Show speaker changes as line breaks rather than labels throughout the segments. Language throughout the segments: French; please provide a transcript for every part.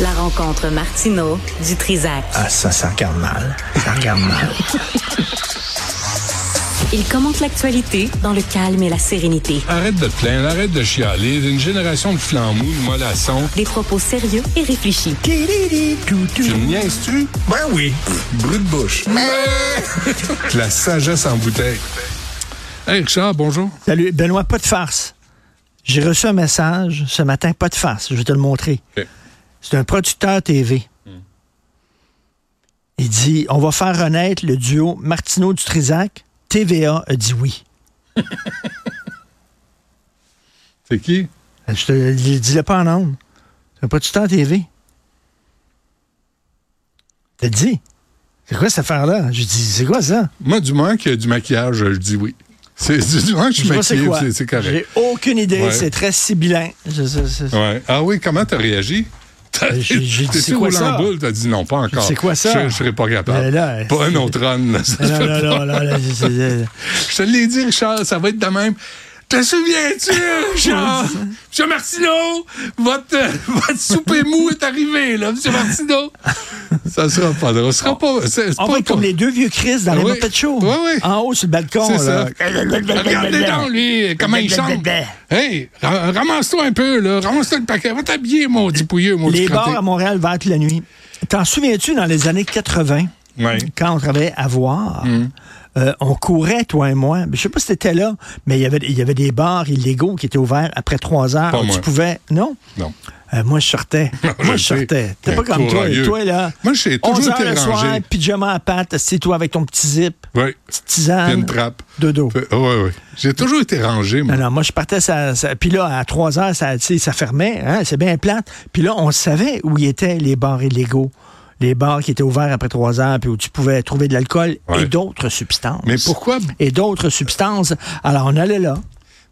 La rencontre Martino du Trizac.
Ah, ça, ça regarde mal. Ça regarde mal.
Il commente l'actualité dans le calme et la sérénité.
Arrête de te plaindre, arrête de chialer. Une génération de flambous, de mollassons.
Des propos sérieux et réfléchis.
Tu me niaises-tu?
Ben oui.
Brut de bouche. La sagesse en bouteille. Hey Richard, bonjour.
Salut, Benoît, pas de farce. J'ai reçu un message ce matin, pas de farce, je vais te le montrer.
OK.
C'est un producteur TV.
Hmm.
Il dit On va faire renaître le duo Martineau du Trizac. TVA a dit oui.
C'est qui?
Je te le dis pas en nombre. C'est un producteur TV. Je te dit. C'est quoi cette affaire-là? Je dis, c'est quoi ça?
Moi, du moins qu'il y a du maquillage, je dis oui. C'est du moins que je
Je sais pas c'est
maquille,
quoi.
c'est- c'est correct.
J'ai aucune idée.
Ouais.
C'est très sibyllin. Je- je- je-
Ouais. Ah oui, comment t'as réagi? T'as-
Euh, j'ai- j'ai dit,
T'es-tu
c'est quoi
roulé en
ça?
boule? T'as dit non, pas encore.
C'est quoi ça?
Je, je serais pas capable.
Mais là,
pas un
c'est- Ben
autre run. là, ça se
Non, non,
fait
non,
pas.
non, non, je- je- je-
Je te l'ai dit, Richard, ça va être de même. Te souviens-tu, Richard? Monsieur Martineau, votre, euh, votre souper mou est arrivé, là, Monsieur Martineau. Ça sera pas drôle. Ce sera pas. C'est c'est
On
pas
va être comme les deux vieux Chris dans
Oui.
les Muppet Show.
Oui, oui.
En haut sur le balcon.
C'est ça.
là.
Regardez donc, lui, comment il chante. Hey, ra- ramasse-toi un peu, là. Ramasse-toi le paquet. Va t'habiller, mon petit pouilleux, mon
Les
petit crotté.
bars à Montréal verts toute la nuit. T'en souviens-tu dans les années 80,
Ouais. Mm.
quand on travaillait à voir, euh, on courait, toi et moi. Je sais pas si t'étais là, mais il y avait- il y avait des bars illégaux qui étaient ouverts après trois heures.
Pas
où
moi.
tu pouvais. Non?
Non.
Euh, moi, je sortais.
je
moi,
le
je sortais.
sais.
T'es pas
Mais
comme toi.
courageux.
Toi, là.
Moi, j'ai toujours
11 heures
été
le soir,
rangé.
pyjama à pattes, c'est toi avec ton petit zip,
Oui.
petite tisane.
Il y a une trappe.
Dodo.
Oui, oui. J'ai toujours été rangé, moi.
Non, non, moi, je partais, ça, ça- puis là, à 3 heures, ça, tu sais, ça fermait, hein, c'est bien plate. Puis là, on savait où y étaient les bars illégaux, les bars qui étaient ouverts après 3 heures, puis où tu pouvais trouver de l'alcool
Ouais.
et d'autres substances.
Mais pourquoi?
Et d'autres substances. Alors, on allait là.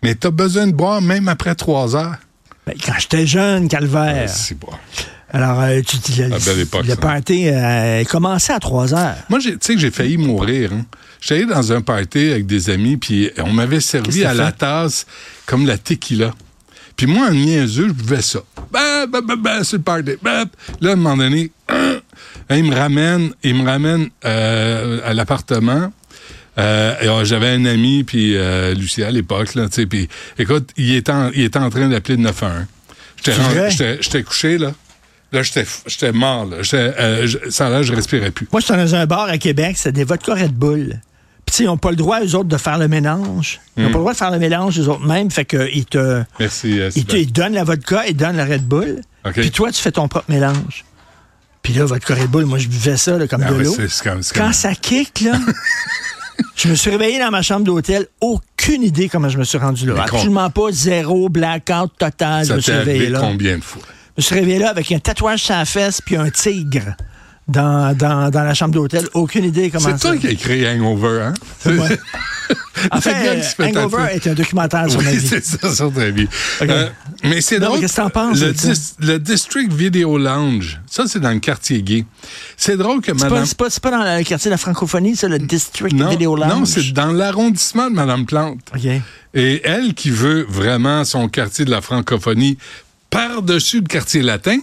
Mais t'as besoin de boire même après trois heures.
Ben, quand j'étais jeune, calvaire.
C'est bon.
Alors, euh, tu dis, le,
Ah, belle époque,
le
ça.
party euh, commençait à 3 heures.
Moi, j'ai- tu sais que j'ai failli mourir. Hein. J'étais allé dans un party avec des amis, puis on m'avait
Qu'est-ce
servi
que
à
t'as
la
fait?
tasse comme la tequila. Puis moi, en niaiseux, je buvais ça. Bah, bah, bah, bah, sur le party. Bah. Là, à un moment donné, Là, il me ramène, il me ramène euh, à l'appartement. Euh, et, euh, J'avais un ami, puis euh, Lucie à l'époque, là, tu sais, puis écoute, il était en, il était en train d'appeler le 911. J'étais
C'est
ren-
vrai?
j'étais- J'étais couché, là. Là, j'étais f- j'étais mort, là. J'étais, euh, je- ça, là, je respirais plus.
Moi, j'étais dans un bar à Québec, c'est des vodka Red Bull. Puis, tu sais, ils n'ont pas le droit, eux autres, de faire le mélange. Ils
Hmm.
n'ont pas le droit de faire le mélange, eux autres, même. Fait qu'ils te,
Merci, euh,
ils te
Sylvain.
ils donnent la vodka, ils donnent la Red Bull.
OK.
Puis, toi, tu fais ton propre mélange. Puis là, vodka Red Bull, moi, je buvais ça là, comme
Ah,
de
mais
l'eau.
c'est- c'est comme- c'est
Quand
comme-
ça kick, là, je me suis réveillé dans ma chambre d'hôtel. Aucune idée comment je me suis rendu là.
Mais con-
Absolument pas. Zéro blackout total. je
Ça
me suis
t'est
réveillé
arrivé
là.
combien de fois?
Je me suis réveillé là avec un tatouage sur la fesse puis un tigre dans, dans, dans la chambre d'hôtel. Aucune idée comment
C'est
ça.
toi qui as écrit Hangover, hein? C'est
moi. En
C'est bien
fait,
que tu
euh,
peux
Hangover
t'attirer.
est un documentaire sur ma
Oui,
vie.
c'est ça, sur ta vie.
Ok.
Euh, mais c'est
Non,
drôle.
mais qu'est-ce que t'en penses,
le,
avec ça?
dis- le District Video Lounge, ça, c'est dans le quartier gay. C'est drôle que
C'est pas,
Madame.
c'est pas- c'est pas dans le quartier de la francophonie, c'est le District
non,
Video Lounge.
non, c'est dans l'arrondissement de Madame Plante.
OK.
Et elle qui veut vraiment son quartier de la francophonie par-dessus le quartier latin,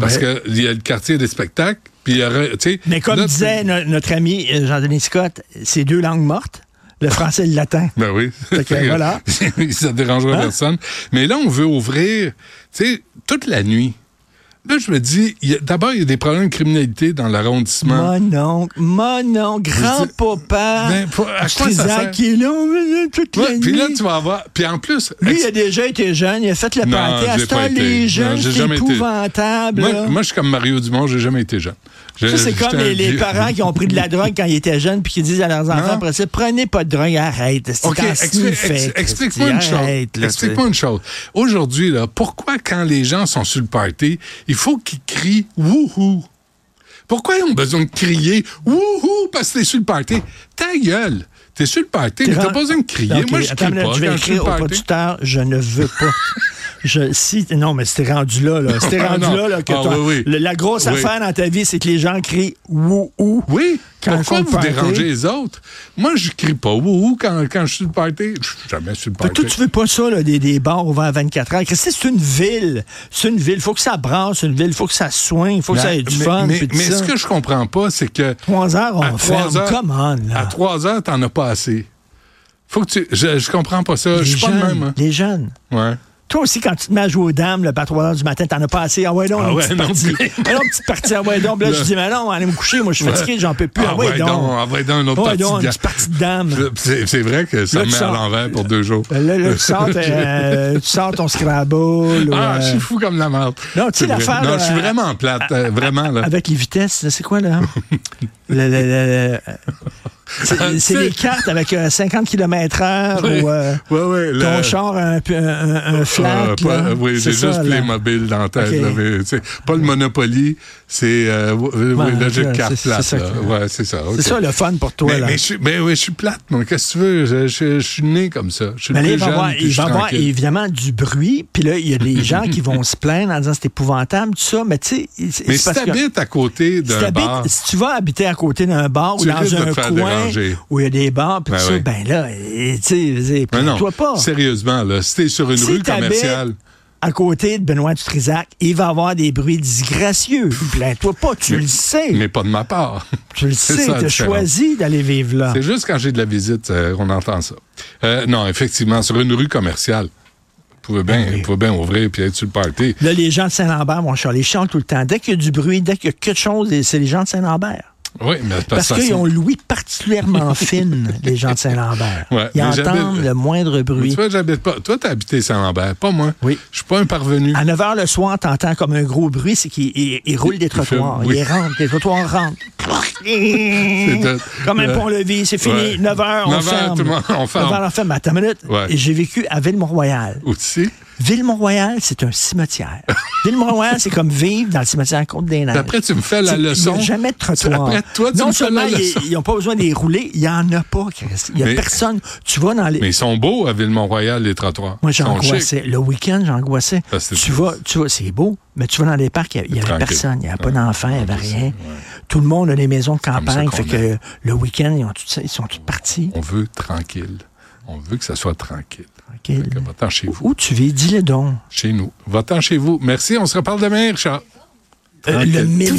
parce
Ouais.
qu'il y a le quartier des spectacles, puis il y aurait, tu sais,
Mais comme
là,
disait no- notre ami euh, Jean-Denis Scott, c'est deux langues mortes, le français et le latin.
Ben oui.
Fait que, voilà.
ça dérangera
Hein?
personne. Mais là, on veut ouvrir, tu sais, toute la nuit. Là, je me dis, il y a- d'abord, il y a des problèmes de criminalité dans l'arrondissement.
Mon oncle, mon oncle, grand-papa,
Ben, pour- à quoi ça
Trisac
sert?
qui est là, euh, toute la
Ouais, puis là,
nuit.
tu vas avoir. Puis en plus.
Lui,
ex-
il a déjà été jeune, il a fait le
Non,
party. À
j'ai
ce
pas
temps,
été.
les
Non,
jeunes,
j'ai
c'est
jamais été.
épouvantable. là.
moi, moi, je suis comme Mario Dumont, j'ai jamais été jeune. Je-
ça, c'est
j'étais
comme
un
les, les
vieux.
parents qui ont pris de la drogue quand ils étaient jeunes puis qui disent à leurs enfants après ça, prenez pas de drogue, arrête. C'est
OK,
en
expli-
sniffette,
ex-
c'est-
explique-moi une chose.
arrête, là,
Explique-moi une chose. Aujourd'hui, là, pourquoi quand les gens sont sur le party, il faut qu'ils crient wouhou? Pourquoi ils ont besoin de crier wouhou parce que t'es sur le party? Ta gueule! T'es sur le party,
tu
mais
sais.
t'as pas besoin de crier.
Ok,
Moi, je
attends
crie
une minute,
pas
Je
quand
vais
je suis
écrire
sur
au
le party.
producteur, je ne veux pas. Je, si, non, mais c'était rendu là, là. C'était
Ah, Non,
rendu
non.
là, là, que
Ah,
toi-
oui, oui.
le- la grosse
Oui.
affaire dans ta vie, c'est que les gens crient wouhou.
Oui,
Quand ils font
Pourquoi
le
vous
party-
dérangez les autres? Moi, je crie pas ouh quand, quand je suis sur le party. Je suis jamais sur le
Fait que
party.
toi, tu veux pas ça, là, des, des bars ouverts à 24 heures. Christy, C'est une ville. C'est une ville. Faut que ça brasse, une ville. Faut que ça soigne. Faut que ça ait du
mais,
fun.
mais-
puis tout
mais
ça.
ce que je comprends pas, c'est que.
3 heures,
à
on
trois
ferme.
heures-
Come on, là.
À 3 heures, t'en as pas assez. Faut que tu. Je, je comprends pas ça.
les
Je suis pas
jeunes,
le même. hein.
Les jeunes.
Ouais.
Toi aussi, quand tu te mets à jouer aux dames, là, à 3 heures du matin, t'en as pas assez. Ah ouais, donc,
Ah
une
ouais,
petite
non,
partie.
mais-
Ah non, petite partie. Ah ouais, donc. Là,
Là.
je dis, mais non, allez me coucher. Moi, je suis fatigué, j'en peux plus. Ah, ouais, donc.
Ah ouais, donc, une
Ah
autre
ouais,
partie
donc,
de
une petite partie de dames.
C'est c'est vrai que ça
Là,
me
tu
met à
sors-
l'envers pour deux jours.
Là, là, tu, sors, euh, tu sors ton Scrabble. ou,
Ah, je suis
euh,
fou comme la merde.
Non, tu sais,
C'est vrai.
l'affaire,
Non,
là,
je suis
à-
vraiment plate. euh, vraiment, là.
Avec les vitesses, là, c'est quoi, là? Le- le- le- le- c'est- C'est les cartes avec euh, 50 km/h
Oui.
ou euh,
Ah, Ouais, ouais,
ton
le-
char un, un, un- un flat.
Ah, pas-
là.
oui,
C'est
j'ai
ça, là.
juste Playmobil dans la tête.
Ok.
là, mais, tu sais, pas le Monopoly, c'est euh, w- euh,
Ouais,
oui, là, j'ai
c'est-
une carte
c'est-
plate.
c'est ça
là.
que-
Ouais, c'est ça. ok.
C'est ça le fun pour toi.
mais,
là.
mais je, suis- mais oui, je suis plate, moi. Qu'est-ce que tu veux? Je, je- je suis né comme ça. Je suis
Mais
le
là, il
plus
va y
jeune.
avoir,
puis
il
je
va y
suis
avoir
tranquille.
évidemment du bruit, puis là, il y a des gens qui vont se plaindre en disant c'est épouvantable, tout ça, mais tu sais, c'est
Mais
c'est
si
parce que-
t'habites à côté
si
d'un
t'habites-
bar,
si tu vas habiter à côté d'un bar ou
Tu
dans
risques de
un
te faire
coin
déranger.
où il y a des bars, puis
Ben
tout ça,
oui.
ben là, et, tu sais,
Mais non,
toi pas.
sérieusement, là, si t'es sur une
Si
rue
t'habites
commerciale,
À côté de Benoît Dutrisac, il va y avoir des bruits disgracieux. Plains-toi pas, tu le sais.
mais pas de ma part.
tu le
c'est
sais,
ça la
t'as
différence.
choisi d'aller vivre là.
C'est juste quand j'ai de la visite, euh, on entend ça. Euh, non, effectivement, sur une rue commerciale, vous pouvez
Ah
bien, vous pouvez bien ouvrir puis être sur le party.
Là, les gens de Saint-Lambert vont chialer. Ils chialent tout le temps. Dès qu'il y a du bruit, dès qu'il y a quelque chose, c'est les gens de Saint-Lambert.
Oui, mais
Parce
que
qu'ils
ça-
ont l'ouïe particulièrement fine, les gens de Saint-Lambert.
Ouais,
Ils
mais j'habite-
entendent le moindre
Mais Tu
bruit.
vois, j'habite pas. Toi, t'as habité Saint-Lambert, pas moi.
Oui. Ah.
Je suis pas un parvenu.
À 9 h le soir, t'entends comme un gros bruit, c'est qu'ils ils- ils roulent des trottoirs.
fument, oui.
Ils rentrent, les trottoirs rentrent.
C'est-
Comme un
euh,
pont-levis, c'est fini.
ouais.
9 h on
9 heures,
ferme.
tout le monde, on
9
ferme.
heures, on ferme. Attends une minute.
Ouais.
J'ai vécu à Ville-Mont-Royal.
Aussi,
Ville-Mont-Royal, c'est un cimetière. Ville-Mont-Royal, c'est comme vivre dans le cimetière Côte-des-Neiges.
après, tu me fais la
Tu- Il
leçon.
n'y a jamais de trottoir.
Après, toi, tu
non
me fais
seulement
la
ils-
leçon.
ils n'ont pas besoin de les rouler, il n'y en a pas, Chris. Il n'y a
Mais-
personne. Tu vas dans les.
Mais ils sont beaux à Ville-Mont-Royal, les trottoirs.
Moi,
Ils sont chics.
j'angoissais. Le week-end, j'angoissais.
Ça, c'est
Tu vas, tu vas, c'est beau, mais tu vas dans les parcs, il n'y avait
Tranquille.
personne. Il n'y avait pas d'enfants, il n'y avait rien.
ouais.
Tout le monde a des maisons de
Comme ça
campagne.
qu'on
Fait que le week-end, ils, ont tout ça- ils sont tous partis.
On veut tranquille. On veut que ça soit tranquille.
Tranquille.
Fait que Va-t'en chez vous.
Où tu vis? Dis-le donc.
Chez nous. Va-t'en chez vous. Merci. On se reparle demain, Richard.
Euh,
Tranquille.
le mille-